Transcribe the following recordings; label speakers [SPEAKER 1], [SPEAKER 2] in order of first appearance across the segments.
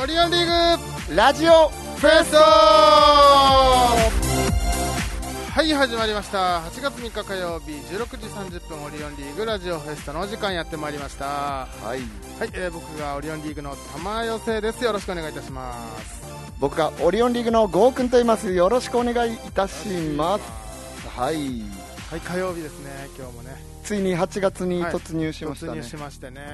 [SPEAKER 1] オリオンリーグラジオフェストはい始まりました8月3日火曜日16時30分オリオンリーグラジオフェストのお時間やってまいりましたは
[SPEAKER 2] はい、
[SPEAKER 1] い、えー僕がオリオンリーグの玉寄せですよろしくお願いいたします
[SPEAKER 2] 僕がオリオンリーグのゴーくんと言います。よろしくお願いいたします。はい、
[SPEAKER 1] はい火曜日ですね今日もね
[SPEAKER 2] ついに8月に
[SPEAKER 1] はい
[SPEAKER 2] 突入しました
[SPEAKER 1] 突
[SPEAKER 2] ね。
[SPEAKER 1] 入しましてね、
[SPEAKER 2] は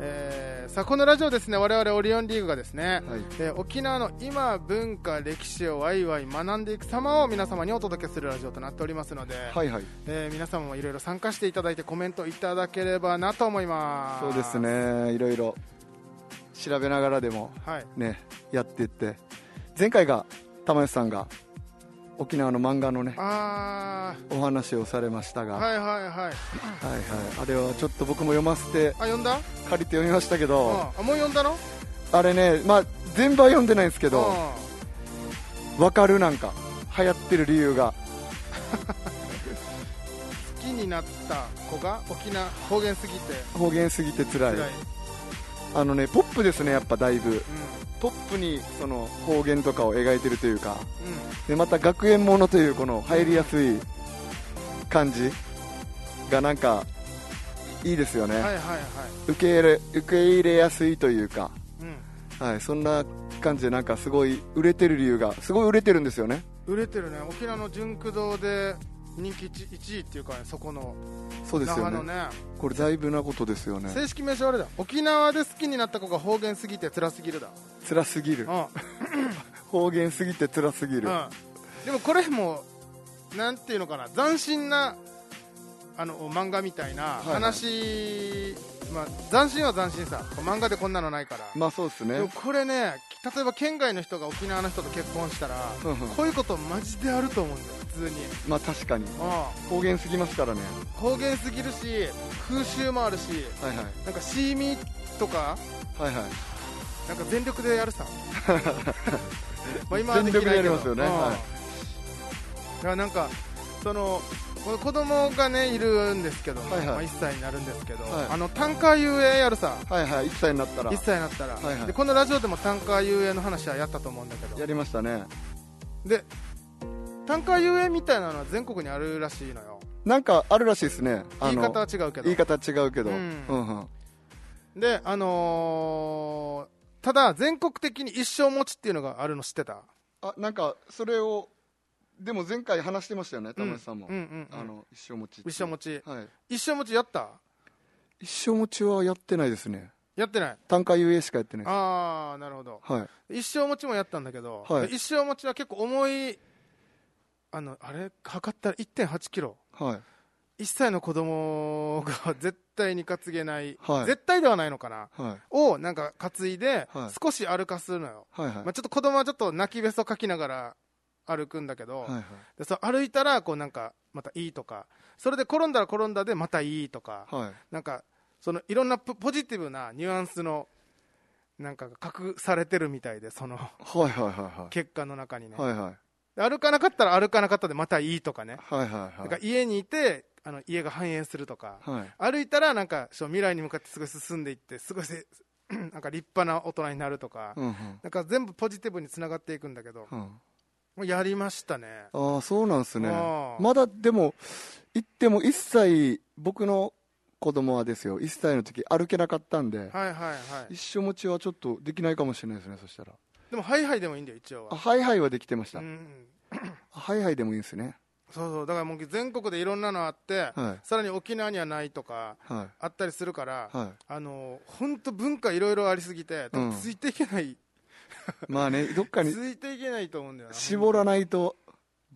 [SPEAKER 1] えーさあこのラジオですね我々オリオンリーグがですね、
[SPEAKER 2] いはい
[SPEAKER 1] えー沖縄の今文化歴史をワイワイ学んでいく様を皆様にお届けするラジオとなっておりますので、
[SPEAKER 2] はいはい、
[SPEAKER 1] えー皆様もいろいろ参加していただいてコメントいただければなと思います
[SPEAKER 2] そうですね。いろいろ調べながらでも
[SPEAKER 1] はい
[SPEAKER 2] ねやっていって、前回が玉吉さんが沖縄の漫画のね
[SPEAKER 1] あ
[SPEAKER 2] お話をされましたが、
[SPEAKER 1] ー
[SPEAKER 2] はい
[SPEAKER 1] はいはいはいあ
[SPEAKER 2] はい、あれはちょっと僕も読ませて
[SPEAKER 1] 読んだ
[SPEAKER 2] 借りて読みましたけ
[SPEAKER 1] うん
[SPEAKER 2] ど、
[SPEAKER 1] あもう読んだの
[SPEAKER 2] あれねまあ全部は読んでないんですけど。
[SPEAKER 1] う
[SPEAKER 2] わかるなんか流行ってる理由が
[SPEAKER 1] ん好きになった子が沖縄方言すぎて
[SPEAKER 2] 方言すぎて辛い
[SPEAKER 1] 辛い、
[SPEAKER 2] あのねポップですねやっぱだいぶ
[SPEAKER 1] う
[SPEAKER 2] ポップにその方言とかを描いてるという
[SPEAKER 1] ん
[SPEAKER 2] か
[SPEAKER 1] うん
[SPEAKER 2] でまた学園ものというこの入りやすい感じがなんかいいですよね、
[SPEAKER 1] はいはいはい、
[SPEAKER 2] 受け入れ受け入れやすいというか、
[SPEAKER 1] うん、
[SPEAKER 2] はい、そんな感じでなんかすごい売れてる理由がすごい売れてるんですよね
[SPEAKER 1] 売れてるね沖縄の純駆堂で人気 1, 位っていうか、ね、そこの
[SPEAKER 2] そうで
[SPEAKER 1] 那
[SPEAKER 2] すよ
[SPEAKER 1] 覇
[SPEAKER 2] ね
[SPEAKER 1] のね
[SPEAKER 2] これだいぶなことですよね
[SPEAKER 1] 正式名称あれだ沖縄で好きになった子が方言すぎて辛すぎるだ
[SPEAKER 2] 辛すぎる
[SPEAKER 1] うん、うん、
[SPEAKER 2] 方言すぎて辛すぎる、
[SPEAKER 1] でもこれもなんていうのかな斬新なあの漫画みたいない
[SPEAKER 2] はい
[SPEAKER 1] 話、まあ、斬新は斬新さ漫画でこんなのないから、
[SPEAKER 2] まあそうですね
[SPEAKER 1] でもこれね例えば県外の人が沖縄の人と結婚したら
[SPEAKER 2] うんうん
[SPEAKER 1] こういうことマジであると思うんだよ普通に、
[SPEAKER 2] まあ確かに
[SPEAKER 1] うん、
[SPEAKER 2] 方言すぎますからね
[SPEAKER 1] 方言すぎるし風習もあるし
[SPEAKER 2] はいはい
[SPEAKER 1] なんかシーミーとか
[SPEAKER 2] はいはい
[SPEAKER 1] なんか全力でやるさ まあ今はで
[SPEAKER 2] 全
[SPEAKER 1] きないけ
[SPEAKER 2] 力
[SPEAKER 1] ど
[SPEAKER 2] でやりますよね
[SPEAKER 1] うん
[SPEAKER 2] はい
[SPEAKER 1] だからなんかそのこれ子供がねいるんですけど、
[SPEAKER 2] はいはい
[SPEAKER 1] まあ、1歳になるんですけど、
[SPEAKER 2] はい
[SPEAKER 1] あの短歌遊泳やるさ
[SPEAKER 2] はいはい1歳になったら
[SPEAKER 1] 1歳になったら、
[SPEAKER 2] はいはい
[SPEAKER 1] でこのラジオでも短歌遊泳の話はやったと思うんだけ
[SPEAKER 2] や
[SPEAKER 1] ど
[SPEAKER 2] りましたね
[SPEAKER 1] で短歌遊泳みたいなのは全国にあるらしいのよ
[SPEAKER 2] なんかあるらしいですねあ
[SPEAKER 1] 言い
[SPEAKER 2] の
[SPEAKER 1] 方は違うけど
[SPEAKER 2] 言い方違うけど、
[SPEAKER 1] う
[SPEAKER 2] うんんうん
[SPEAKER 1] で、あのーただ、全国的に一生持ちっていうのがあるの知ってた
[SPEAKER 2] あなんかそれをでも前回話してましたよね
[SPEAKER 1] う
[SPEAKER 2] 玉
[SPEAKER 1] ん
[SPEAKER 2] 井さんも、
[SPEAKER 1] うんうんうん
[SPEAKER 2] あの一生持ちって
[SPEAKER 1] 一生持ち。
[SPEAKER 2] はい
[SPEAKER 1] 一生持ちやった
[SPEAKER 2] 一生持ちはやってないですね
[SPEAKER 1] やってない。
[SPEAKER 2] 単価遊泳しかやってないです
[SPEAKER 1] あー、なるほど。
[SPEAKER 2] はい
[SPEAKER 1] 一生持ちもやったんだけど、
[SPEAKER 2] はい
[SPEAKER 1] で一生持ちは結構重い、あの、あれ測ったら1.8キロ。
[SPEAKER 2] はい
[SPEAKER 1] 1歳の子供 が絶対に担げない、
[SPEAKER 2] はい
[SPEAKER 1] 絶対ではないのかな
[SPEAKER 2] はい
[SPEAKER 1] を、なんか担いで
[SPEAKER 2] はい、
[SPEAKER 1] 少し歩かすのよ。
[SPEAKER 2] はいはい
[SPEAKER 1] まあ、ちょっと子供はちょっと泣きべそかきながら歩くんだけど、
[SPEAKER 2] はいはい
[SPEAKER 1] でそう歩いたらこうなんかまたいいとかそれで転んだら転んだでまたいいとか、
[SPEAKER 2] はい
[SPEAKER 1] なんかそのいろんなポポジティブなニュアンスのなんかが隠されてるみたいでその
[SPEAKER 2] はいはいは
[SPEAKER 1] 結果の中にね、
[SPEAKER 2] いはいはいはい
[SPEAKER 1] で歩かなかったら歩かなかったでまたいいとかね、
[SPEAKER 2] はいはい
[SPEAKER 1] なん
[SPEAKER 2] は
[SPEAKER 1] か家にいてあの家が反映するとか、
[SPEAKER 2] いはい
[SPEAKER 1] 歩いたらなんかそう未来に向かってすごい進んでいってすごいせ なんか立派な大人になるとか、
[SPEAKER 2] うんうん
[SPEAKER 1] なんか全部ポジティブにつながっていくんだけど、
[SPEAKER 2] うん
[SPEAKER 1] もうやりましたね
[SPEAKER 2] ああそうなんですね
[SPEAKER 1] あー
[SPEAKER 2] まだでも行っても一切僕の子供はですよ1歳の時歩けなかったんで、
[SPEAKER 1] はいはいはい
[SPEAKER 2] 一生持ちはちょっとできないかもしれないですねそしたら
[SPEAKER 1] でもハイハイでもいいんだよ一応は
[SPEAKER 2] あハイハイはできてました、
[SPEAKER 1] うんうん
[SPEAKER 2] ハイハイでもいいんですね
[SPEAKER 1] そうそうだからもう全国でいろんなのあって、
[SPEAKER 2] はい
[SPEAKER 1] さらに沖縄にはないとか
[SPEAKER 2] は
[SPEAKER 1] あったりするから、
[SPEAKER 2] いは
[SPEAKER 1] あの本当文化いろいろありすぎて多分
[SPEAKER 2] うん
[SPEAKER 1] ついていけない、
[SPEAKER 2] いまあねどっかに
[SPEAKER 1] ついていけないと思うんだよな
[SPEAKER 2] 絞らないと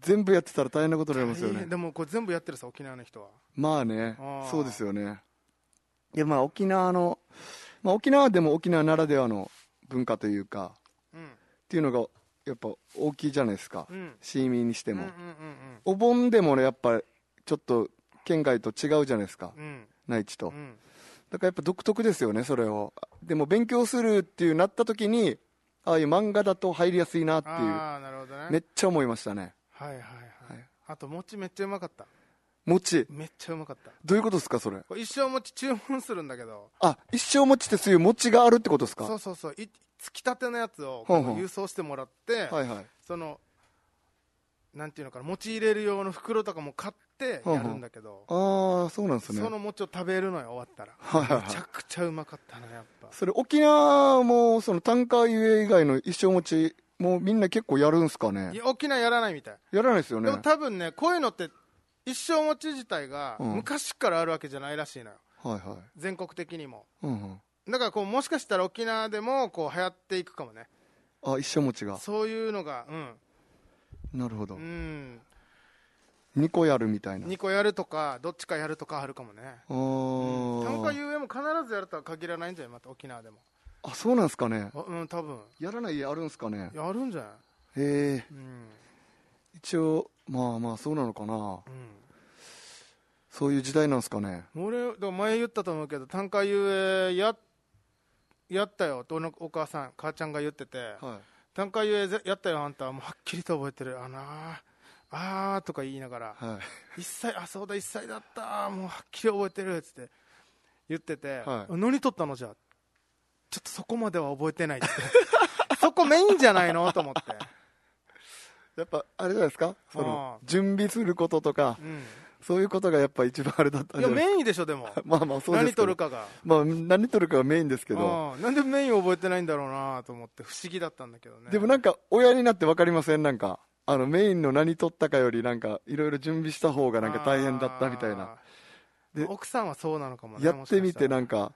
[SPEAKER 2] 全部やってたら大変なことになりますよ
[SPEAKER 1] 大
[SPEAKER 2] ね
[SPEAKER 1] 変でもこれ全部やってるさ沖縄の人は
[SPEAKER 2] まあね
[SPEAKER 1] あー
[SPEAKER 2] そうですよねいやまあ沖縄の、まあ、沖縄でも沖縄ならではの文化というか
[SPEAKER 1] うん
[SPEAKER 2] っていうのがやっぱ大きいじゃないですか、
[SPEAKER 1] うん
[SPEAKER 2] 市民にして
[SPEAKER 1] うんうん
[SPEAKER 2] も、
[SPEAKER 1] うん
[SPEAKER 2] お盆でもねやっぱちょっと県外と違うじゃないですか、
[SPEAKER 1] うん
[SPEAKER 2] 内地と、
[SPEAKER 1] うんうん
[SPEAKER 2] だからやっぱ独特ですよねそれをでも勉強するっていうなった時にああいう漫画だと入りやすいなってい
[SPEAKER 1] ああなるほどね
[SPEAKER 2] うめっちゃ思いましたね
[SPEAKER 1] はいはいはい、
[SPEAKER 2] はい
[SPEAKER 1] あと餅めっちゃうまかった
[SPEAKER 2] 餅
[SPEAKER 1] めっちゃうまかった
[SPEAKER 2] どういうことですかそれ
[SPEAKER 1] これ一生餅注文するんだけど
[SPEAKER 2] あ一生餅ってそういう餅があるってことですか
[SPEAKER 1] そうそうそういつきたてのやつを
[SPEAKER 2] ほうほう
[SPEAKER 1] こう郵送してもらって、
[SPEAKER 2] はいはい
[SPEAKER 1] そのなんていうのかな餅入れる用の袋とかも買ってやるんだけど、
[SPEAKER 2] ああそうなんですね
[SPEAKER 1] その餅を食べるのよ終わったら
[SPEAKER 2] はいはいはい
[SPEAKER 1] めちゃくちゃうまかったなやっぱ
[SPEAKER 2] それ沖縄もその単価ゆえ以外の一生餅もうみんな結構やるんすか
[SPEAKER 1] い
[SPEAKER 2] ね
[SPEAKER 1] や沖縄やらないみたい、
[SPEAKER 2] やらないですよね
[SPEAKER 1] でも多分ねこういうのって一生餅自体が
[SPEAKER 2] うん
[SPEAKER 1] 昔からあるわけじゃないらしいのよ、
[SPEAKER 2] はいは
[SPEAKER 1] 全国的にも
[SPEAKER 2] い、うんうん、
[SPEAKER 1] だからこうもしかしたら沖縄でもこう流行っていくかもね
[SPEAKER 2] あ一生餅が
[SPEAKER 1] そういうのがうん
[SPEAKER 2] なるほど
[SPEAKER 1] うん
[SPEAKER 2] 2個やるみたいな
[SPEAKER 1] 2個やるとかどっちかやるとかあるかもね
[SPEAKER 2] あ
[SPEAKER 1] 単価
[SPEAKER 2] ー
[SPEAKER 1] UA も必ずやるとは限らないんじゃないまた沖縄でも
[SPEAKER 2] あそうなんすかね
[SPEAKER 1] あうん多分
[SPEAKER 2] やらない家あるんすかね
[SPEAKER 1] やるんじゃない
[SPEAKER 2] へえ
[SPEAKER 1] うん
[SPEAKER 2] 一応まあまあそうなのかな
[SPEAKER 1] うん
[SPEAKER 2] そういう時代なんすかね
[SPEAKER 1] 俺でも前言ったと思うけど単価遊泳ややったよとおお母さん母ちゃんが言ってて
[SPEAKER 2] は
[SPEAKER 1] 単価遊泳ぜやったよあんたはもうはっきりと覚えてるあなああーとか言いながら
[SPEAKER 2] いはい
[SPEAKER 1] 一歳あそうだ一歳だったもうはっきり覚えてるっつって言ってて、
[SPEAKER 2] はい
[SPEAKER 1] 何取ったのじゃあちょっとそこまでは覚えてない ってそこメインじゃないのと思って
[SPEAKER 2] やっぱあれじゃないですかその
[SPEAKER 1] あ
[SPEAKER 2] 準備することとか
[SPEAKER 1] うん
[SPEAKER 2] そういうことがやっぱ一番あれだったん
[SPEAKER 1] い
[SPEAKER 2] じ
[SPEAKER 1] や
[SPEAKER 2] ゃない
[SPEAKER 1] メインでしょでも
[SPEAKER 2] まあまあそうで
[SPEAKER 1] 何
[SPEAKER 2] すけど
[SPEAKER 1] 取るかが
[SPEAKER 2] まあ何取るかがメインですけど
[SPEAKER 1] うんなんでメイン覚えてないんだろうなと思って不思議だったんだけどね
[SPEAKER 2] でもなんか親になって分かりませんなんかあのメインの何取ったかよりなんかいろいろ準備した方がなんか大変だったみたいな
[SPEAKER 1] あー
[SPEAKER 2] で
[SPEAKER 1] 奥さんはそうなのかもね
[SPEAKER 2] やってみてなんんか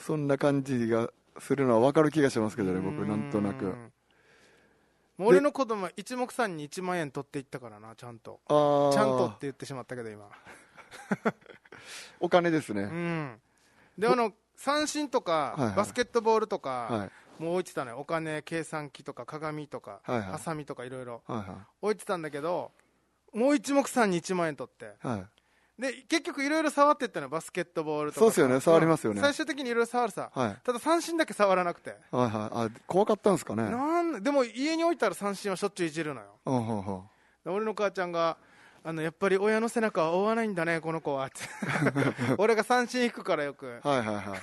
[SPEAKER 2] そんな感じがするのは分かる気がしますけどね僕なんとなく
[SPEAKER 1] もう俺の子供は一目散に1万円取っていったからなちゃんと
[SPEAKER 2] ああ
[SPEAKER 1] ちゃんとって言ってしまったけど今
[SPEAKER 2] お金です
[SPEAKER 1] う
[SPEAKER 2] ね、
[SPEAKER 1] んであの三振とか、
[SPEAKER 2] はいはい
[SPEAKER 1] バスケットボールとか、
[SPEAKER 2] はい
[SPEAKER 1] もう置いてたのよお金計算機とか鏡とか、
[SPEAKER 2] はいはい
[SPEAKER 1] ハサミとかいろいろ
[SPEAKER 2] は
[SPEAKER 1] 置いてたんだけどもう一目散に1万円取って
[SPEAKER 2] いはいはい
[SPEAKER 1] で結局いろいろ触ってったのよバスケットボールとか
[SPEAKER 2] そうっすよね触りますよね
[SPEAKER 1] うん最終的にいろいろ触るさ、
[SPEAKER 2] はい
[SPEAKER 1] ただ三振だけ触らなくて
[SPEAKER 2] はいはいあ怖かったんですかね
[SPEAKER 1] なんでも家に置いたら三振はしょっちゅういじるのよ
[SPEAKER 2] うんうんうん
[SPEAKER 1] 俺の母ちゃんがあのやっぱり親の背中は追わないんだねこの子はっ て俺が三振引くからよく
[SPEAKER 2] はいはいは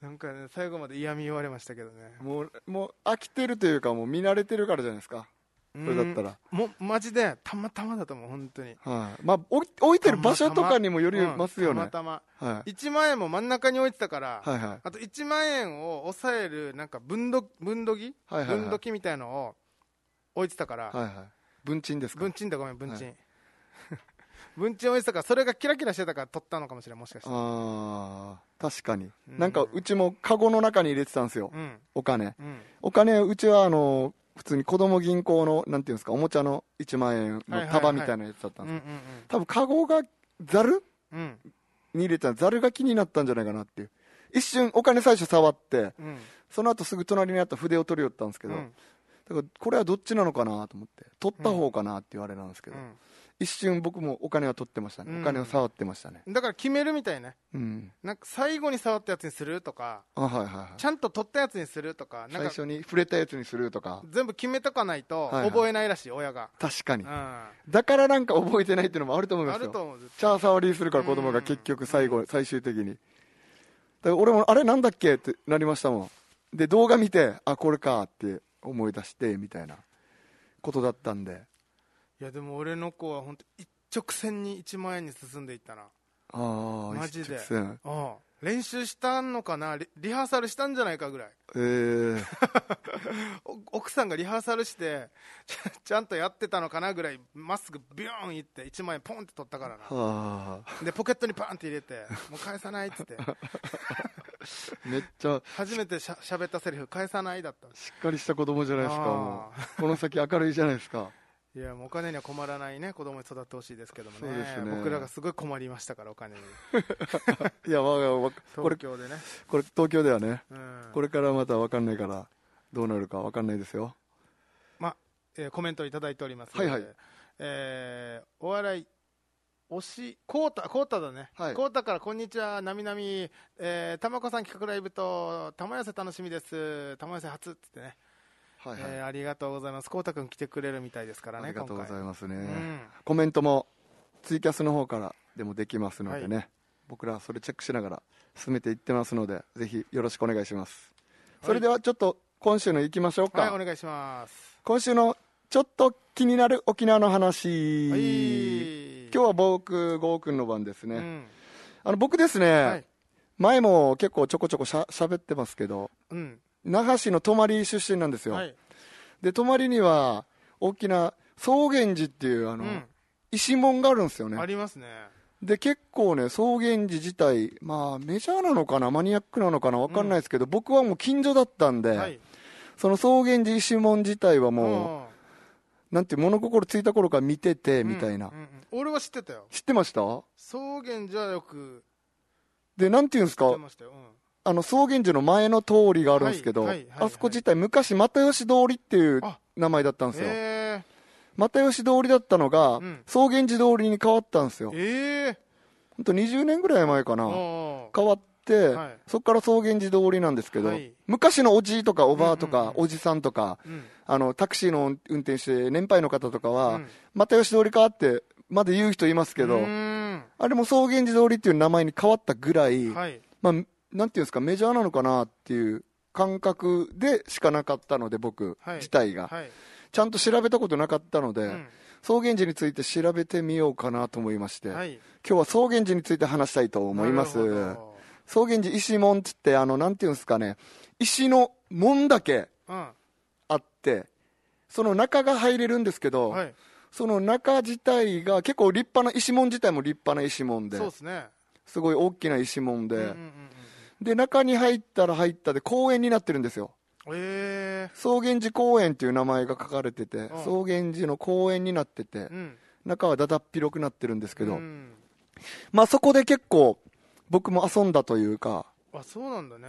[SPEAKER 1] なんかね最後まで嫌味言われましたけどね
[SPEAKER 2] いもう もう飽きてるというかもう見慣れてるからじゃないですかそれだったら
[SPEAKER 1] うんもうマジでたまたまだと思う本当に
[SPEAKER 2] はいまあ置い置いてる場所とかにもよりますよね
[SPEAKER 1] うんたまたま
[SPEAKER 2] はい
[SPEAKER 1] 1万円も真ん中に置いてたから、
[SPEAKER 2] はいはい
[SPEAKER 1] あと1万円を抑えるなんか分度分度器、
[SPEAKER 2] はいはいはい
[SPEAKER 1] 分度器みたいのを置いてたから、
[SPEAKER 2] はいはい文鎮ですか
[SPEAKER 1] 文鎮だごめん文 鎮、文鎮置いてたからそれがキラキラしてたから取ったのかもしれんもしかして
[SPEAKER 2] ああ確かに、
[SPEAKER 1] うん
[SPEAKER 2] なんかうちもカゴの中に入れてたんですよ、
[SPEAKER 1] うん
[SPEAKER 2] お金
[SPEAKER 1] うん
[SPEAKER 2] お金うちはあの普通に子供銀行のなんていうんですかおもちゃの1万円の束みたいなやつだった
[SPEAKER 1] うんん
[SPEAKER 2] です、
[SPEAKER 1] うん
[SPEAKER 2] 多分カゴがザル
[SPEAKER 1] うんうん
[SPEAKER 2] に入れてたザルが気になったんじゃないかなっていう一瞬お金最初触って
[SPEAKER 1] うん
[SPEAKER 2] その後すぐ隣にあった筆を取り寄ったんですけど、
[SPEAKER 1] うん
[SPEAKER 2] だからこれはどっちなのかなと思って取った方かなって言われなんですけど、一瞬僕もお金は取ってましたね、
[SPEAKER 1] うん
[SPEAKER 2] お金を触ってましたね
[SPEAKER 1] うんだから決めるみたいね
[SPEAKER 2] うん
[SPEAKER 1] なんか最後に触ったやつにするとか
[SPEAKER 2] あはいはいはい
[SPEAKER 1] ちゃんと取ったやつにするとかなん
[SPEAKER 2] 最
[SPEAKER 1] か
[SPEAKER 2] 初に触れたやつにするとか
[SPEAKER 1] 全部決めとかないと
[SPEAKER 2] はいはい
[SPEAKER 1] 覚えないらしい、親が、
[SPEAKER 2] 確かに
[SPEAKER 1] う
[SPEAKER 2] だからなんか覚えてないっていうのもあると思い
[SPEAKER 1] ん、
[SPEAKER 2] ま
[SPEAKER 1] あ
[SPEAKER 2] す
[SPEAKER 1] る
[SPEAKER 2] よ
[SPEAKER 1] と思う絶
[SPEAKER 2] チャーサワリーするから子供が結局最後最終的にだから俺もあれなんだっけってなりましたもんで動画見てあこれかって思い出してみたいなことだったんで
[SPEAKER 1] 対いやでも俺の子は本当一直線に1万円に進んでいったな
[SPEAKER 2] ああ
[SPEAKER 1] マジで
[SPEAKER 2] 一直線
[SPEAKER 1] うん練習したのかなリリハーサルしたんじゃないかぐらい
[SPEAKER 2] えー、
[SPEAKER 1] お奥さんがリハーサルして ちゃちゃんとやってたのかなぐらいまっすぐビューンいって1万円ポンって取ったからな
[SPEAKER 2] はあ
[SPEAKER 1] でポケットにパンって入れてもう返さないっつって
[SPEAKER 2] めっちゃ
[SPEAKER 1] 初めてしゃ喋ったセリフ返さないだった
[SPEAKER 2] しっかりした子供じゃないですか
[SPEAKER 1] あー
[SPEAKER 2] もうこの先明るいじゃないですか
[SPEAKER 1] いやもうお金には困らないね子供に育ってほしいですけども
[SPEAKER 2] そう
[SPEAKER 1] ね
[SPEAKER 2] ですね
[SPEAKER 1] 僕らがすごい困りましたからお金に
[SPEAKER 2] いやわがわこれ
[SPEAKER 1] 東京でね、
[SPEAKER 2] これ東京ではね
[SPEAKER 1] うん
[SPEAKER 2] これからまた分かんないからどうなるか分かんないですよ
[SPEAKER 1] まえーコメントをいただいておりますので
[SPEAKER 2] はいはい
[SPEAKER 1] えーお笑い推しコータコータだね、
[SPEAKER 2] はい
[SPEAKER 1] コータからこんにちはなみなみえーたまこさん企画ライブと玉寄せ楽しみです玉寄せ初っつってね、
[SPEAKER 2] はい
[SPEAKER 1] えーありがとうございますコータくん来てくれるみたいですから
[SPEAKER 2] あ
[SPEAKER 1] ね
[SPEAKER 2] りがとうございますね、
[SPEAKER 1] 今回うん
[SPEAKER 2] コメントもツイキャスの方からでもできますのでね、僕らはそれチェックしながら進めていってますのでぜひよろしくお願いします、それではちょっと今週の行きましょうか、
[SPEAKER 1] はい、お願いします。
[SPEAKER 2] 今週のちょっと気になる沖縄の話、
[SPEAKER 1] はい。
[SPEAKER 2] 今日は僕ゴーくんの番ですね、
[SPEAKER 1] うん。
[SPEAKER 2] あの僕ですね、
[SPEAKER 1] はい。
[SPEAKER 2] 前も結構ちょこちょこしゃ喋ってますけど
[SPEAKER 1] うん。
[SPEAKER 2] 那覇市の泊出身なんですよ、
[SPEAKER 1] はい。
[SPEAKER 2] で泊には大きな草原寺っていうあ
[SPEAKER 1] う
[SPEAKER 2] の、
[SPEAKER 1] ん。
[SPEAKER 2] 石門があるんですよね
[SPEAKER 1] ありますね。
[SPEAKER 2] で結構ね草原寺自体まあメジャーなのかなマニアックなのかな分かんないですけど、僕はもう近所だったんで、
[SPEAKER 1] はい。
[SPEAKER 2] その草原寺石門自体はもう、
[SPEAKER 1] も
[SPEAKER 2] なんていう物心ついた頃から見てて
[SPEAKER 1] うん
[SPEAKER 2] みたいな、
[SPEAKER 1] うんうん俺は知ってたよ。
[SPEAKER 2] 知ってました
[SPEAKER 1] 草原寺はよく
[SPEAKER 2] でなんていうんです
[SPEAKER 1] 知って
[SPEAKER 2] か
[SPEAKER 1] ましたよ。う
[SPEAKER 2] あの草原寺の前の通りがあるんですけど、
[SPEAKER 1] はいはいはいはい。
[SPEAKER 2] あそこ自体昔又吉通りっていうん
[SPEAKER 1] あ、
[SPEAKER 2] 名前だったんですよ、
[SPEAKER 1] え
[SPEAKER 2] 又吉通りだったのが、
[SPEAKER 1] うん
[SPEAKER 2] 草原寺通りに変わったんですよ
[SPEAKER 1] え。ええ。
[SPEAKER 2] ほんと20年ぐらい前かな、
[SPEAKER 1] あ
[SPEAKER 2] 変わって、
[SPEAKER 1] はい
[SPEAKER 2] そこから草原寺通りなんですけど、
[SPEAKER 1] はい
[SPEAKER 2] 昔のおじいとかおばあとか、
[SPEAKER 1] うんうんうん
[SPEAKER 2] おじさんと
[SPEAKER 1] あ。
[SPEAKER 2] か
[SPEAKER 1] うん。
[SPEAKER 2] あのタクシーの運転して年配の方とかは、
[SPEAKER 1] うん
[SPEAKER 2] 又吉通りかってまだ言う人いますけど、
[SPEAKER 1] うーん
[SPEAKER 2] あれも草原寺通りっていう名前に変わったぐらい、
[SPEAKER 1] はい。
[SPEAKER 2] まあ、なんていうんですかメジャーなのかなっていう感覚でしかなかったので僕、
[SPEAKER 1] はい
[SPEAKER 2] 自体が、
[SPEAKER 1] はい。
[SPEAKER 2] ちゃんと調べたことなかったので、
[SPEAKER 1] うん
[SPEAKER 2] 草原寺について調べてみようかなと思いまして、
[SPEAKER 1] はい。
[SPEAKER 2] 今日は草原寺について話したいと思います
[SPEAKER 1] なるほ
[SPEAKER 2] 草原寺石門っつってあのなんていうんですかね石の門だけ
[SPEAKER 1] ど
[SPEAKER 2] あってその中が入れるんですけ
[SPEAKER 1] う
[SPEAKER 2] ど、
[SPEAKER 1] ん。はい。
[SPEAKER 2] その中自体が結構立派な石門自体も立派な石門で
[SPEAKER 1] そうですね。
[SPEAKER 2] すごい大きな石門で、
[SPEAKER 1] うんうんうんうん
[SPEAKER 2] で中に入ったら入ったで公園になってるんですよ
[SPEAKER 1] え
[SPEAKER 2] 草原寺公園っていう名前が書かれてて、
[SPEAKER 1] ん
[SPEAKER 2] 草原寺の公園になってて、
[SPEAKER 1] え。うん。
[SPEAKER 2] 中はだだっ広くなってるんですけど、
[SPEAKER 1] うん
[SPEAKER 2] まあそこで結構僕も遊んだというか
[SPEAKER 1] あ、そうなんだね。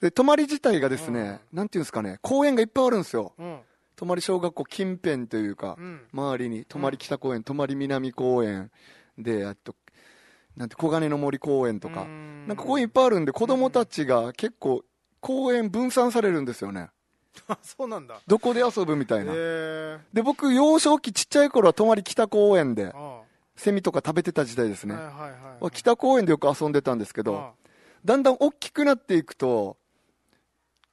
[SPEAKER 2] で泊まり自体がですね、なんていうんですかね公園がいっぱいあるんですよ
[SPEAKER 1] うん。
[SPEAKER 2] 泊まり小学校近辺というか、
[SPEAKER 1] うん。
[SPEAKER 2] 周りに泊まり北公園、泊まり南公園であとなんて小金の森公園とか、
[SPEAKER 1] うん
[SPEAKER 2] なんかここにいっぱいあるんで子供たちが結構公園分散されるんですよね
[SPEAKER 1] あそうなんだ。
[SPEAKER 2] どこで遊ぶみた
[SPEAKER 1] へ
[SPEAKER 2] いな、
[SPEAKER 1] え。
[SPEAKER 2] で僕幼少期ちっちゃい頃は泊まり北公園で
[SPEAKER 1] あ
[SPEAKER 2] セミとか食べてた時代です
[SPEAKER 1] あ。
[SPEAKER 2] ね、
[SPEAKER 1] はいはいはいは。
[SPEAKER 2] はい北公園でよく遊んでたんですけど、
[SPEAKER 1] あ
[SPEAKER 2] だんだん大きくなっていくと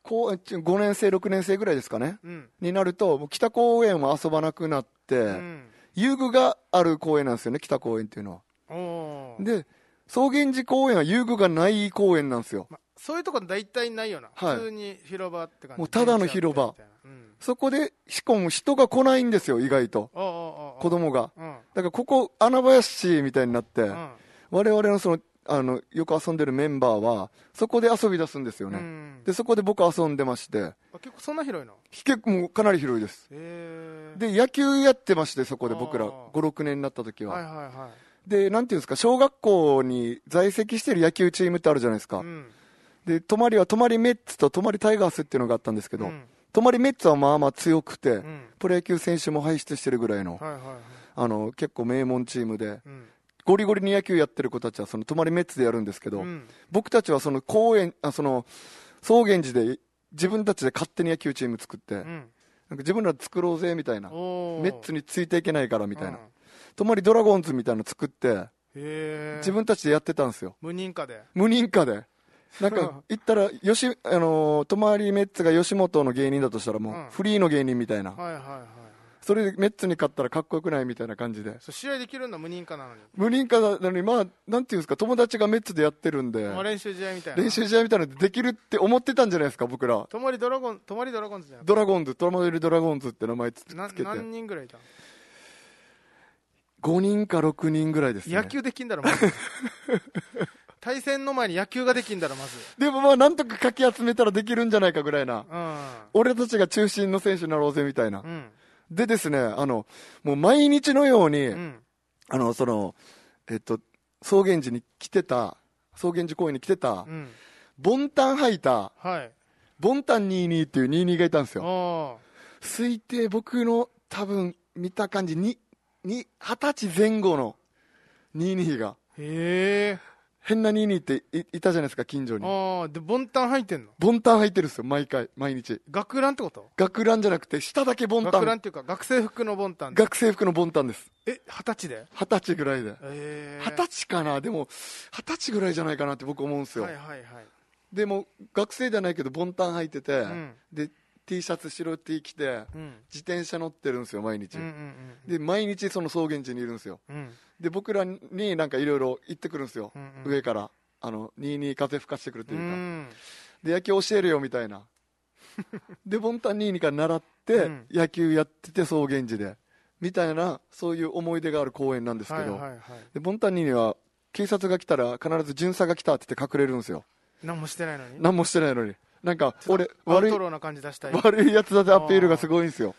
[SPEAKER 2] こうち5年生6年生ぐらいですかね
[SPEAKER 1] あうん。
[SPEAKER 2] になるともう北公園は遊ばなくなって、
[SPEAKER 1] うん。
[SPEAKER 2] 遊具がある公園なんですよね北公園っていうのは
[SPEAKER 1] おー
[SPEAKER 2] で草原寺公園は遊具がない公園なんですよ
[SPEAKER 1] まそういうとこ大体ないよな。
[SPEAKER 2] はい
[SPEAKER 1] 普通に広場って感じ。
[SPEAKER 2] もうただの広場
[SPEAKER 1] ベンチあってみたいなうん。
[SPEAKER 2] そこでしかも人が来ないんですよ意外と
[SPEAKER 1] ああああああ
[SPEAKER 2] 子。供が
[SPEAKER 1] うん。
[SPEAKER 2] だからここ穴林みたいになって、
[SPEAKER 1] うん
[SPEAKER 2] 我々のそのあのよく遊んでるメンバーはそこで遊び出すんですよ
[SPEAKER 1] う
[SPEAKER 2] ね、
[SPEAKER 1] ん。
[SPEAKER 2] でそこで僕遊んでまして
[SPEAKER 1] あ結構そんな広いの
[SPEAKER 2] 結構もうかなり広いです
[SPEAKER 1] へえ。
[SPEAKER 2] で野球やってましてそこで僕ら
[SPEAKER 1] あー
[SPEAKER 2] 56年になった時は、
[SPEAKER 1] はいはいはい。
[SPEAKER 2] でなんていうんですか小学校に在籍してる野球チームってあるじゃないですか、
[SPEAKER 1] うん
[SPEAKER 2] で泊まりは泊まりメッツと泊まりタイガースっていうのがあったんですけど、
[SPEAKER 1] うん
[SPEAKER 2] 泊まりメッツはまあまあ強くて、
[SPEAKER 1] うん
[SPEAKER 2] プロ野球選手も輩出してるぐらいの,、
[SPEAKER 1] はいはいはい
[SPEAKER 2] あの結構名門チームで
[SPEAKER 1] うん
[SPEAKER 2] ゴリゴリに野球やってる子たちはその泊まりメッツでやるんですけど、
[SPEAKER 1] うん
[SPEAKER 2] 僕たちはその公園あその草原寺で自分たちで勝手に野球チーム作って、
[SPEAKER 1] う
[SPEAKER 2] なんか
[SPEAKER 1] ん
[SPEAKER 2] 自分らで作ろうぜみたいな
[SPEAKER 1] おー
[SPEAKER 2] メッツについていけないからみた
[SPEAKER 1] う
[SPEAKER 2] いな
[SPEAKER 1] んへ
[SPEAKER 2] 泊まりドラゴンズみたいなの作って
[SPEAKER 1] え
[SPEAKER 2] 自分たちでやってたんですよ
[SPEAKER 1] 無認可で
[SPEAKER 2] 無認可でなんか行ったら吉、あのー泊まりメッツが吉本の芸人だとしたらもううんフリーの芸人みたいな、
[SPEAKER 1] はいはいはい
[SPEAKER 2] それでメッツに勝ったらかっこよくないみたいな感じで
[SPEAKER 1] そう試合できるんだ無認可なのに
[SPEAKER 2] 無認可なのにまあなんていうんですか友達がメッツでやってるんで
[SPEAKER 1] まあ練習試合みたいな
[SPEAKER 2] 練習試合みたいなのでできるって思ってたんじゃないですか僕ら
[SPEAKER 1] 泊まりドラゴン泊まりドラゴンズじゃなく
[SPEAKER 2] ドラゴンズトラマドリドラゴンズって名前つ
[SPEAKER 1] てな
[SPEAKER 2] つけて
[SPEAKER 1] 何人ぐらいいたの
[SPEAKER 2] 5人か6人ぐらいですね
[SPEAKER 1] 野球できんだろま ず対戦の前に野球ができんだろまず
[SPEAKER 2] でもまあなんとかかき集めたらできるんじゃないかぐらいな
[SPEAKER 1] う
[SPEAKER 2] 俺たちが中心の選手になろうぜみたいな、
[SPEAKER 1] んうん
[SPEAKER 2] でですねあのもう毎日のように、
[SPEAKER 1] うん
[SPEAKER 2] あの、その、えっと、草原寺に来てた、草原寺公園に来てた
[SPEAKER 1] う、ん
[SPEAKER 2] ボンタン履いた、
[SPEAKER 1] はい
[SPEAKER 2] ボンタン22っていう22がいたんですよ。
[SPEAKER 1] お
[SPEAKER 2] 推定僕の多分見た感じ、に、に、二十歳前後の22が。
[SPEAKER 1] ーへえ
[SPEAKER 2] 変なニーニーっていいたじゃないですか近所に
[SPEAKER 1] ああでボンタン入ってんの
[SPEAKER 2] ボンタン入ってるんですよ毎回毎日
[SPEAKER 1] 学ランってこと
[SPEAKER 2] 学ランじゃなくて下だけボンタ
[SPEAKER 1] 学ラン
[SPEAKER 2] ン
[SPEAKER 1] っていうか学生服のボンタン
[SPEAKER 2] 学生服のボンタンです
[SPEAKER 1] え二十歳で
[SPEAKER 2] 二十歳ぐらいで
[SPEAKER 1] ええ
[SPEAKER 2] 二十歳かなでも二十歳ぐらいじゃないかなって僕思うんですよ、
[SPEAKER 1] はいはいはい
[SPEAKER 2] でも学生じゃないけどボンタン履いてて、
[SPEAKER 1] ん
[SPEAKER 2] で T シャツ白 T 着て
[SPEAKER 1] うん
[SPEAKER 2] 自転車乗ってるんですよ毎日、
[SPEAKER 1] うんうん
[SPEAKER 2] で毎日その草原地にいるんですよ
[SPEAKER 1] うんうん
[SPEAKER 2] で僕らになんかいろいろ言ってくるんですよ、
[SPEAKER 1] うん
[SPEAKER 2] 上からあの22風吹かしてくると
[SPEAKER 1] う
[SPEAKER 2] いうか、
[SPEAKER 1] ん
[SPEAKER 2] で野球教えるよみた いなでボンタン22から習って、
[SPEAKER 1] うん
[SPEAKER 2] 野球やってて草原地でみたいなそういう思い出がある公園なんですけ
[SPEAKER 1] はい
[SPEAKER 2] ど、
[SPEAKER 1] はいは
[SPEAKER 2] でボンタン22は警察が来たら必ず巡査が来たって言って隠れるんですよ
[SPEAKER 1] い何もしてないのに
[SPEAKER 2] 何もしてないのになんか俺
[SPEAKER 1] ア
[SPEAKER 2] 悪
[SPEAKER 1] ウ
[SPEAKER 2] い
[SPEAKER 1] トローな感じ出したい
[SPEAKER 2] 悪いやつだってアピールがすごいんですよ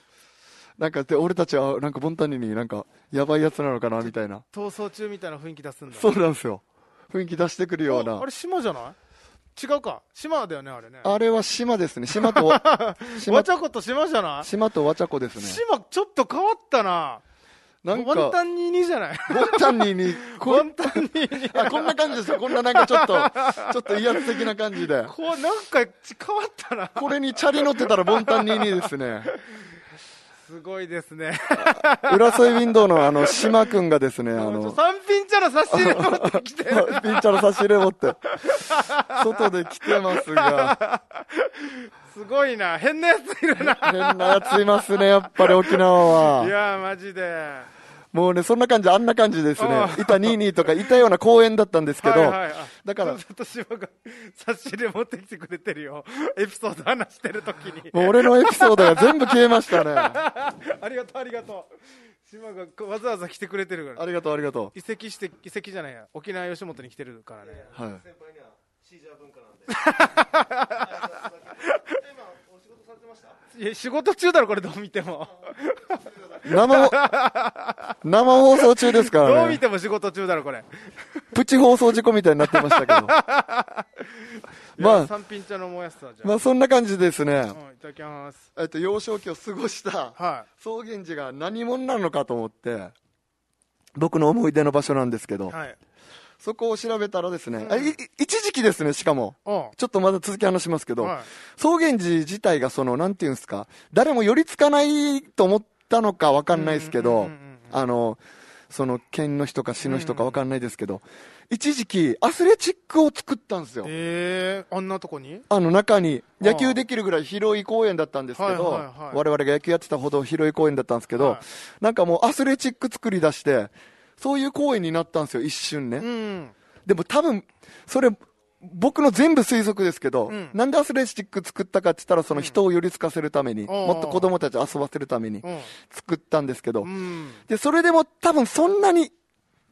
[SPEAKER 2] なんかで俺たちはなんかボンタンニになんかやばいやつなのかなみたいな
[SPEAKER 1] 逃走中みたいな雰囲気出すんだ
[SPEAKER 2] そうなんですよ雰囲気出してくるよう
[SPEAKER 1] おあ
[SPEAKER 2] な
[SPEAKER 1] れ島じゃない違うか島だよねあれね
[SPEAKER 2] あれは島ですね 島とわ島
[SPEAKER 1] わちゃこと島じゃない
[SPEAKER 2] 島とわちゃこですね
[SPEAKER 1] 島ちょっと変わったな
[SPEAKER 2] なんか
[SPEAKER 1] ワ
[SPEAKER 2] ボ
[SPEAKER 1] ンタン22じゃない
[SPEAKER 2] ンタンニにこ
[SPEAKER 1] ワ
[SPEAKER 2] う
[SPEAKER 1] ンタン22
[SPEAKER 2] あこんな感じですよこんななんかちょっとちょっと威圧的な感じで
[SPEAKER 1] こうなんかち変わったな
[SPEAKER 2] これにチャリ乗ってたらボンタンニにですね
[SPEAKER 1] すごいですね
[SPEAKER 2] 浦添ウィンドウのあの島君がですねあ
[SPEAKER 1] ちょ
[SPEAKER 2] の
[SPEAKER 1] 三品茶の差し入れ持ってきて
[SPEAKER 2] ピンチャの差し入れ持って、外で来てますが、
[SPEAKER 1] すごいな変なやついるな
[SPEAKER 2] 変なやついますね、やっぱり沖縄
[SPEAKER 1] い
[SPEAKER 2] は。
[SPEAKER 1] やーマジでは
[SPEAKER 2] もうね、そんな感じ、あんな感じですね
[SPEAKER 1] あ。
[SPEAKER 2] いた22とか、いたような公園だったんです
[SPEAKER 1] い
[SPEAKER 2] けど、
[SPEAKER 1] はいあ
[SPEAKER 2] だから
[SPEAKER 1] ちょっと島が差し入れ持ってきてくれてるよエピソード話してるときに
[SPEAKER 2] もう俺のエピソードが全部消えましたね。あ
[SPEAKER 1] ありがとうありがとう島がわざわざ来てくれてるから
[SPEAKER 2] りがとう、ありがと
[SPEAKER 1] 移籍して移籍じゃないや沖縄吉本に来てるからね
[SPEAKER 2] う。はい。
[SPEAKER 3] 先輩にはシージャー文化なんで今お仕事されてました
[SPEAKER 1] いや仕事中だろこれどう見ても
[SPEAKER 2] 生ほ、生放送中ですか
[SPEAKER 1] ど
[SPEAKER 2] ら
[SPEAKER 1] う見
[SPEAKER 2] ね。
[SPEAKER 1] ても仕事中だろこれ
[SPEAKER 2] プチ放送事故みたいになってましたけど。まあ
[SPEAKER 1] 三品茶の燃やすさじゃ
[SPEAKER 2] まあ、そんな感じですね
[SPEAKER 1] あ、。うん、いただきます
[SPEAKER 2] えっと、幼少期を過ごした、
[SPEAKER 1] は
[SPEAKER 2] 草原寺が何者なのかと思って僕の思い出の場所なんですけど、
[SPEAKER 1] いはい
[SPEAKER 2] そこを調べたらですね、
[SPEAKER 1] うん
[SPEAKER 2] あいい一時期ですねしかも
[SPEAKER 1] お
[SPEAKER 2] ちょっとまだ続き話しますけ
[SPEAKER 1] う
[SPEAKER 2] ど、
[SPEAKER 1] はい
[SPEAKER 2] 草原寺自体がそのなんていうんですか誰も寄りつかないと思ったのかわかんないですけ
[SPEAKER 1] うんう
[SPEAKER 2] ど
[SPEAKER 1] んうんうんうん
[SPEAKER 2] あのその県の人か市の人かわかんないですけど、一時期アスレチックを作ったんですよ
[SPEAKER 1] ええあんなとこに
[SPEAKER 2] あの中に
[SPEAKER 1] ああ
[SPEAKER 2] 野球できるぐらい広い公園だったんですけど、
[SPEAKER 1] はいはいはい
[SPEAKER 2] 我々が野球やってたほど広い公園だったんですけど、
[SPEAKER 1] はい
[SPEAKER 2] なんかもうアスレチック作り出して、そういう公園になったんですよ、一瞬ね。
[SPEAKER 1] うん
[SPEAKER 2] でも多分、それ、僕の全部推測ですけど、
[SPEAKER 1] うん
[SPEAKER 2] なんでアスレチック作ったかって言ったら、その人を寄りつかせるために、
[SPEAKER 1] ああ
[SPEAKER 2] もっと子供たち遊ばせるために
[SPEAKER 1] うん
[SPEAKER 2] 作ったんですけど、
[SPEAKER 1] うん
[SPEAKER 2] で、それでも多分そんなに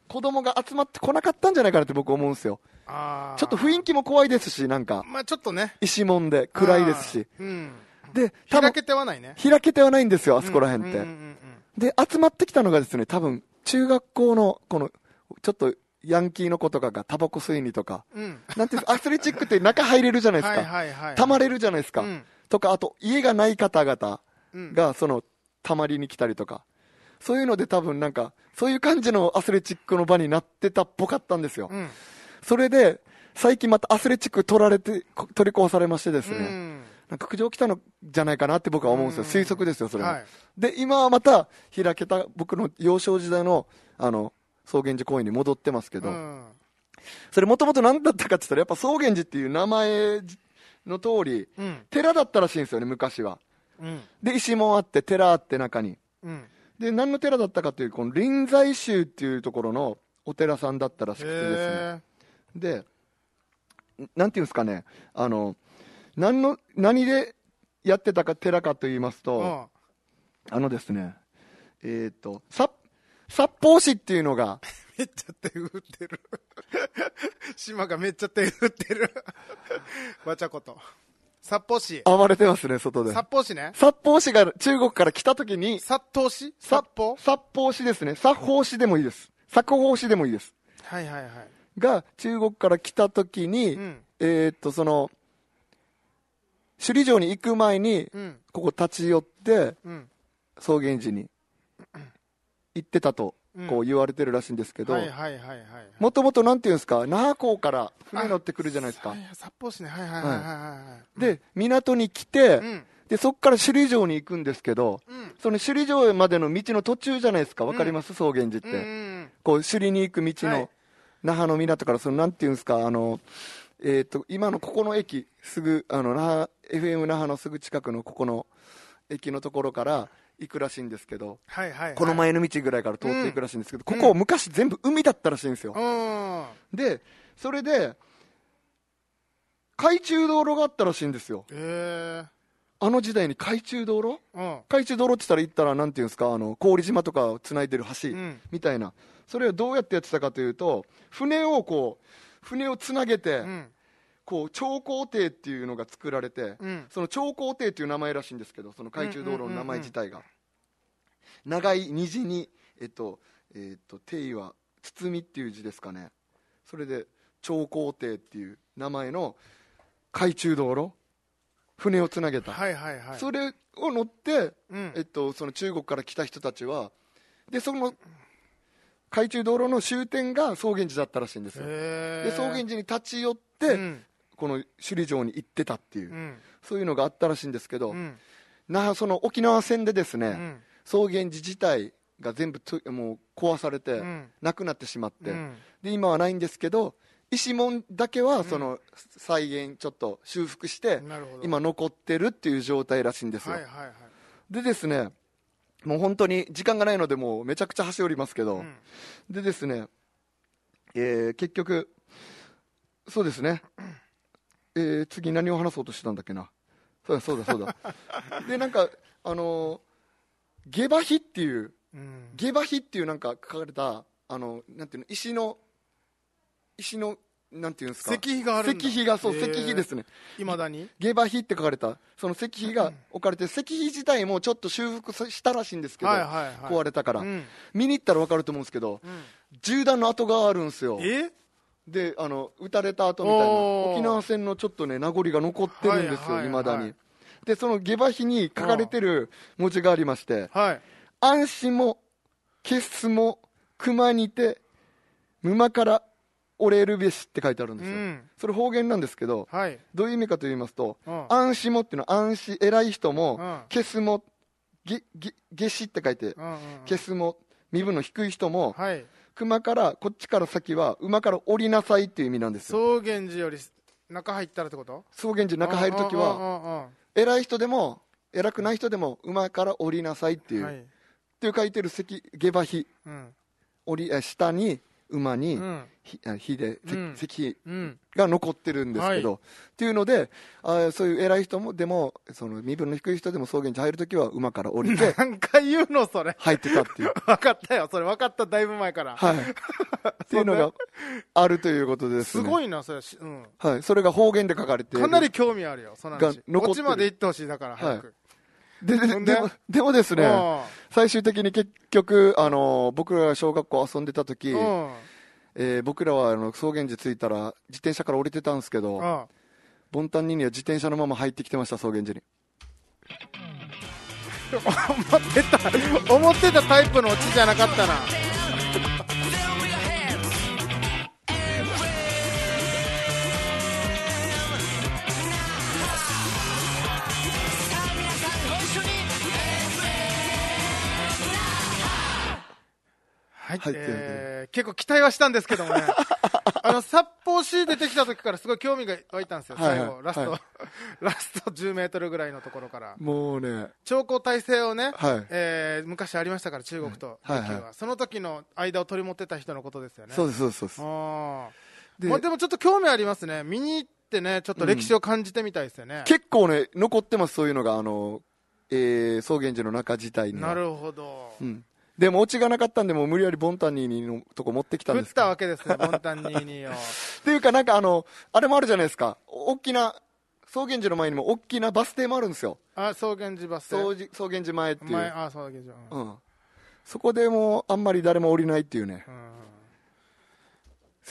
[SPEAKER 2] 子供が集まってこなかったんじゃないかなって僕思うんですよ。
[SPEAKER 1] ああ
[SPEAKER 2] ちょっと雰囲気も怖いですし、なんか、
[SPEAKER 1] まあちょっとね
[SPEAKER 2] 石門で暗いですし。
[SPEAKER 1] うん
[SPEAKER 2] で、多
[SPEAKER 1] 開
[SPEAKER 2] 分
[SPEAKER 1] けてはないね
[SPEAKER 2] 開けてはないんですよ、あそこら辺って。
[SPEAKER 1] うんうんうんうん
[SPEAKER 2] で、集まってきたのがですね、多分、中学校の、この、ちょっと、ヤンキーの子とかがタバコ吸いにとか、
[SPEAKER 1] うん
[SPEAKER 2] なんていう んですアスレチックって中入れるじゃないです
[SPEAKER 1] はい
[SPEAKER 2] か。
[SPEAKER 1] はいはい
[SPEAKER 2] 溜まれるじゃないですか
[SPEAKER 1] うん。
[SPEAKER 2] とか、あと、家がない方々
[SPEAKER 1] うん
[SPEAKER 2] が、その、溜まりに来たりとか。そういうので多分なんか、そういう感じのアスレチックの場になってたっぽかったんですよ
[SPEAKER 1] う。ん
[SPEAKER 2] それで、最近またアスレチック取られて、こ取り壊されましてで
[SPEAKER 1] う
[SPEAKER 2] すね、
[SPEAKER 1] ん
[SPEAKER 2] なんか苦情来たのじゃないかなって僕は思うんですよ。推測ですよ、それは。
[SPEAKER 1] はい
[SPEAKER 2] で、今はまた開けた僕の幼少時代のあの草原寺公園に戻ってますけど、
[SPEAKER 1] うん
[SPEAKER 2] それもともと何だったかって言ったら、やっぱ草原寺っていう名前の通り、
[SPEAKER 1] うん
[SPEAKER 2] 寺だったらしいんですよね、昔は。
[SPEAKER 1] うん
[SPEAKER 2] で、石門あって、寺あって中に。
[SPEAKER 1] うん
[SPEAKER 2] で、何の寺だったかという、この臨済宗っていうところのお寺さんだったらしくてですね。
[SPEAKER 1] へえ
[SPEAKER 2] で、なんていうんですかね、あの、何の、何でやってたか寺かと言いますと、
[SPEAKER 1] うん
[SPEAKER 2] あのですね、えっ、と、さ札幌市っていうのが、
[SPEAKER 1] めっちゃ手振ってる。 島がめっちゃ手振ってる。わちゃこと。札幌市。
[SPEAKER 2] 暴れてますね、外で。
[SPEAKER 1] 札幌市ね。
[SPEAKER 2] 札幌市が中国から来た時に、
[SPEAKER 1] 札幌市
[SPEAKER 2] さ
[SPEAKER 1] 札幌
[SPEAKER 2] 札幌市ですね、札幌市でもいいです。札幌市でもいいです。
[SPEAKER 1] はいはいはい。
[SPEAKER 2] が、中国から来た時に、
[SPEAKER 1] うん。
[SPEAKER 2] えっ、と、その、首里城に行く前に、
[SPEAKER 1] うん。
[SPEAKER 2] ここ立ち寄って、
[SPEAKER 1] うん。
[SPEAKER 2] 草原寺に行ってたと
[SPEAKER 1] うん
[SPEAKER 2] こう言われてるらしいんですけど
[SPEAKER 1] はいはいはいはいはい
[SPEAKER 2] もともとなんていうんですか那覇港から船乗ってくるじゃないですか
[SPEAKER 1] はいはい札幌市ねはいはいはいはいは
[SPEAKER 2] で港に来て、
[SPEAKER 1] いうん
[SPEAKER 2] でそこから首里城に行くんですけど
[SPEAKER 1] うん
[SPEAKER 2] その首里城までの道の途中じゃないですかわかります、草原寺って、
[SPEAKER 1] うんうん
[SPEAKER 2] こう首里に行く道の、
[SPEAKER 1] はい
[SPEAKER 2] 那覇の港からそのなんていうんですかあのえっ、と今のここの駅すぐあの那覇 FM 那覇のすぐ近くのここの駅のところから行くらしいんですけど
[SPEAKER 1] はいはいはい
[SPEAKER 2] この前の道ぐらいから通っていくらしいんですけど、ここ昔全部海だったらしいんですよ、
[SPEAKER 1] うん
[SPEAKER 2] でそれで海中道路があったらしいんですよ
[SPEAKER 1] え
[SPEAKER 2] あの時代に海中道路
[SPEAKER 1] えうん
[SPEAKER 2] 海中道路って言ったら行ったらなんていうんですかあの氷島とかをつないでる橋、
[SPEAKER 1] うん
[SPEAKER 2] みたいなそれをどうやってやってたかというと船をこう船をつなげて、
[SPEAKER 1] うん
[SPEAKER 2] こう長江艇っていうのが作られて、
[SPEAKER 1] うん
[SPEAKER 2] その長江艇っていう名前らしいんですけどその海中道路の名前自体が、長い虹にえっとえっと艇は包みっていう字ですかねそれで長江艇っていう名前の海中道路船をつなげた、
[SPEAKER 1] はいはいはい
[SPEAKER 2] それを乗って
[SPEAKER 1] うん
[SPEAKER 2] えっと、その中国から来た人たちはでその海中道路の終点が草原寺だったらしいんですよ、
[SPEAKER 1] へえ
[SPEAKER 2] で草原寺に立ち寄って、
[SPEAKER 1] うん
[SPEAKER 2] この首里城に行ってたっていう、
[SPEAKER 1] うん
[SPEAKER 2] そういうのがあったらしいんですけど、
[SPEAKER 1] うん
[SPEAKER 2] 那覇その沖縄戦でですね、
[SPEAKER 1] うん
[SPEAKER 2] 草原寺自体が全部ともう壊されて、
[SPEAKER 1] うん
[SPEAKER 2] なくなってしまって、
[SPEAKER 1] うん
[SPEAKER 2] で今はないんですけど石門だけはその再現ちょっと修復して、
[SPEAKER 1] なるほど
[SPEAKER 2] 今残ってるっていう状態らしいんですよ、
[SPEAKER 1] はいはいはい
[SPEAKER 2] でですね、もう本当に時間がないので、もうめちゃくちゃ走りりますけど、
[SPEAKER 1] うん
[SPEAKER 2] でですね、えー結局、そうですね、えー次、何を話そうとしてたんだっけな、そうだ、そうだ、 そうだ、で、なんか、あのー下馬碑っていう、
[SPEAKER 1] うん
[SPEAKER 2] 下馬碑っていうなんか書かれた、あのなんていうの、石の、石の、なんていうんですか、
[SPEAKER 1] 石碑があるんだ
[SPEAKER 2] 石碑が、そう、
[SPEAKER 1] へー
[SPEAKER 2] 石碑ですね。
[SPEAKER 1] いまだに
[SPEAKER 2] 下馬碑って書かれたその石碑が置かれて石碑自体もちょっと修復さしたらしいんですけど、
[SPEAKER 1] はいはいはい
[SPEAKER 2] 壊れたから、
[SPEAKER 1] うん
[SPEAKER 2] 見に行ったら分かると思うんですけど、
[SPEAKER 1] ん
[SPEAKER 2] 銃弾の跡があるんですよ
[SPEAKER 1] え
[SPEAKER 2] であの撃たれた跡みたいな
[SPEAKER 1] おー
[SPEAKER 2] 沖縄戦のちょっとね名残が残ってるんですよ、
[SPEAKER 1] はいはいはい
[SPEAKER 2] いまだにでその下馬碑に書かれてる文字がありまして
[SPEAKER 1] はい
[SPEAKER 2] 「安心も決すも熊にて沼から折れるべし」って書いてあるんですよ、
[SPEAKER 1] うん
[SPEAKER 2] それ方言なんですけど、
[SPEAKER 1] はい
[SPEAKER 2] どういう意味かと言いますと、
[SPEAKER 1] うん
[SPEAKER 2] 安心もっていうのは安心、偉い人も、
[SPEAKER 1] うん
[SPEAKER 2] 消すも、げ、げ、下死って書いて
[SPEAKER 1] う、んうんうん
[SPEAKER 2] 消すも、身分の低い人も、
[SPEAKER 1] はい
[SPEAKER 2] 熊から、こっちから先は、馬から降りなさいっていう意味なんです
[SPEAKER 1] 草
[SPEAKER 2] よ。
[SPEAKER 1] 原寺より中入ったらってこと
[SPEAKER 2] 草原寺中入るときは、
[SPEAKER 1] は
[SPEAKER 2] 偉い人でも、偉くない人でも、馬から降りなさいっていう、
[SPEAKER 1] はい
[SPEAKER 2] っ、ていう書いてる石、下馬碑、
[SPEAKER 1] うん
[SPEAKER 2] 降り、え下に、馬に、
[SPEAKER 1] うん
[SPEAKER 2] ひあ火で、石
[SPEAKER 1] うん
[SPEAKER 2] 石碑
[SPEAKER 1] うん
[SPEAKER 2] が残ってるんですけど、っていうのであーそういう偉い人もでもその身分の低い人でも草原に入るときは馬から降りて
[SPEAKER 1] 何回言うのそれ
[SPEAKER 2] 入ってたっていう、
[SPEAKER 1] 分かったよそれ分かっただいぶ前から
[SPEAKER 2] はい、っていうのがあるということです、
[SPEAKER 1] す
[SPEAKER 2] ね、
[SPEAKER 1] ご
[SPEAKER 2] い、
[SPEAKER 1] いなそれ、しうん、
[SPEAKER 2] はい、それが方言で書かれている
[SPEAKER 1] かなり興味あるよその
[SPEAKER 2] が
[SPEAKER 1] 話
[SPEAKER 2] 残ってる
[SPEAKER 1] こっちまで行ってほしいだから早く、
[SPEAKER 2] でで
[SPEAKER 1] ほ
[SPEAKER 2] で
[SPEAKER 1] んで
[SPEAKER 2] もでもですね
[SPEAKER 1] う
[SPEAKER 2] 最終的に結局、あのー僕らが小学校遊んでた時、
[SPEAKER 1] んうん
[SPEAKER 2] えー僕らはあの草原寺着いたら自転車から降りてたんですけど、
[SPEAKER 1] うん
[SPEAKER 2] ボンタンにには自転車のまま入ってきてました草原寺に
[SPEAKER 1] 思ってた思ってたタイプのオチじゃなかったなはい、
[SPEAKER 2] はい
[SPEAKER 1] えー結構期待はしたんですけど もねあの札幌市出てきた時からすごい興味が湧いたんですよ、
[SPEAKER 2] はいはい
[SPEAKER 1] 最後ラスト、
[SPEAKER 2] はい
[SPEAKER 1] ラスト10メートルぐらいのところから
[SPEAKER 2] もうね
[SPEAKER 1] 長江体制をね、
[SPEAKER 2] はい
[SPEAKER 1] えー昔ありましたから、中国と琉球
[SPEAKER 2] は
[SPEAKER 1] は、
[SPEAKER 2] いはいはい
[SPEAKER 1] その時の間を取り持ってた人のことですよね。
[SPEAKER 2] そうですそうですそうです
[SPEAKER 1] あー
[SPEAKER 2] で
[SPEAKER 1] まあでもちょっと興味ありますね、見に行ってね、ちょっと歴史を感じてみたいですよね。
[SPEAKER 2] 結構ね、残ってます、そういうのが、あの、えー草原寺の中自体には。
[SPEAKER 1] なるほど、
[SPEAKER 2] うん。でも、オチがなかったんで、もう無理やりボンタンニーニのとこ持ってきたん
[SPEAKER 1] 振っ
[SPEAKER 2] ですけど
[SPEAKER 1] たわけですね、ボンタンニーニーを。
[SPEAKER 2] っていうか、なんかあの、あれもあるじゃないですか。お大きな、草原寺の前にも大きなバス停もあるんですよ。
[SPEAKER 1] あ草原寺バス停
[SPEAKER 2] 草じ草原寺前ってい
[SPEAKER 1] 前
[SPEAKER 2] う。
[SPEAKER 1] あそうだけど、うん
[SPEAKER 2] うん。そこでもう、あんまり誰も降りないっていうね。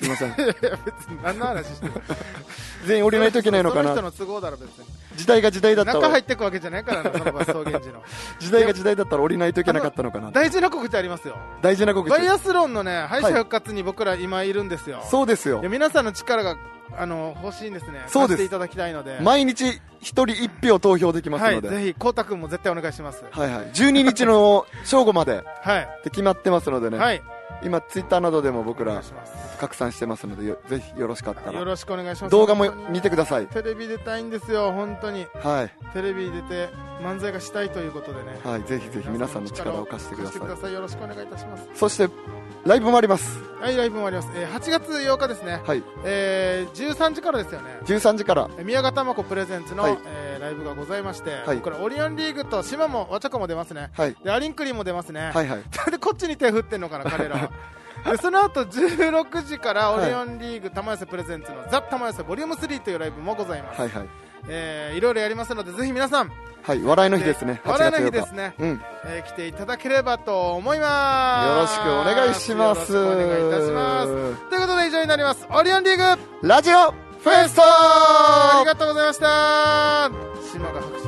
[SPEAKER 2] すいません。
[SPEAKER 1] いや別に何の話してる
[SPEAKER 2] 全員降りないといけないのか
[SPEAKER 1] その人
[SPEAKER 2] な。
[SPEAKER 1] の都合だろ別に
[SPEAKER 2] 時代が時代だった
[SPEAKER 1] 中入
[SPEAKER 2] ら
[SPEAKER 1] ってくわけじゃないからな、そのバス草原 寺の。
[SPEAKER 2] 時代が時代だったら降りないといけなかったのかな
[SPEAKER 1] 大事な告知ありますよ。
[SPEAKER 2] 大事な告知
[SPEAKER 1] バイアスロンのね、敗者復活に僕ら今いるんですよ。
[SPEAKER 2] そうですよ
[SPEAKER 1] いや皆さんの力があの欲しいんですね。
[SPEAKER 2] そう
[SPEAKER 1] 貸し
[SPEAKER 2] です
[SPEAKER 1] ていただきたいので。
[SPEAKER 2] 毎日一人一票投票できます
[SPEAKER 1] は
[SPEAKER 2] の
[SPEAKER 1] い、
[SPEAKER 2] で、
[SPEAKER 1] ぜひ、こうたくんも絶対お願いします。
[SPEAKER 2] はいはい、12日の正午までっ
[SPEAKER 1] はい。
[SPEAKER 2] て決まってますのでね、
[SPEAKER 1] はい。
[SPEAKER 2] 今ツイッターなどでも僕
[SPEAKER 1] お願
[SPEAKER 2] ら
[SPEAKER 1] いします。
[SPEAKER 2] 拡散してますのでよぜひよろしかった
[SPEAKER 1] よ
[SPEAKER 2] ら
[SPEAKER 1] ろしくお願いします。
[SPEAKER 2] 動画も
[SPEAKER 1] 本当に
[SPEAKER 2] 見てください
[SPEAKER 1] テレビ出たいんですよ、本当に。
[SPEAKER 2] はい、
[SPEAKER 1] テレビに出て漫才がしたいということでね。
[SPEAKER 2] はい、ぜひぜひ皆さんの力を貸してくださ
[SPEAKER 1] 貸して
[SPEAKER 2] い
[SPEAKER 1] ください。よろしくお願いいたします。
[SPEAKER 2] そしてライブもあります
[SPEAKER 1] はい、ライブもあります。えー8月8日ですね。
[SPEAKER 2] はい
[SPEAKER 1] えー13時からですよね。
[SPEAKER 2] 13時から
[SPEAKER 1] えー宮川まこプレゼンツの、
[SPEAKER 2] はい
[SPEAKER 1] えーライブがございまして、
[SPEAKER 2] はい
[SPEAKER 1] これオリオンリーグと島も和茶子も出ますね。
[SPEAKER 2] はい
[SPEAKER 1] で、アリンクリンも出ますね。
[SPEAKER 2] はいはい
[SPEAKER 1] でこっちに手振ってんのかな、彼らは。 でその後16時からオリオンリーグ玉寄せプレゼンツの「ザ・玉寄せボリューム3というライブもございます、
[SPEAKER 2] はいはい
[SPEAKER 1] えーいろいろやりますのでぜひ皆さん、
[SPEAKER 2] はい笑いの日ですね
[SPEAKER 1] えー笑いの日
[SPEAKER 2] 8月8日
[SPEAKER 1] ですね
[SPEAKER 2] うん
[SPEAKER 1] えー来ていただければと思います
[SPEAKER 2] よろしくお願いします
[SPEAKER 1] よろしくお願いいたしますということで以上になりますオリオンリーグ
[SPEAKER 2] ラジオフェスタ
[SPEAKER 1] ありがとうございました島が拍手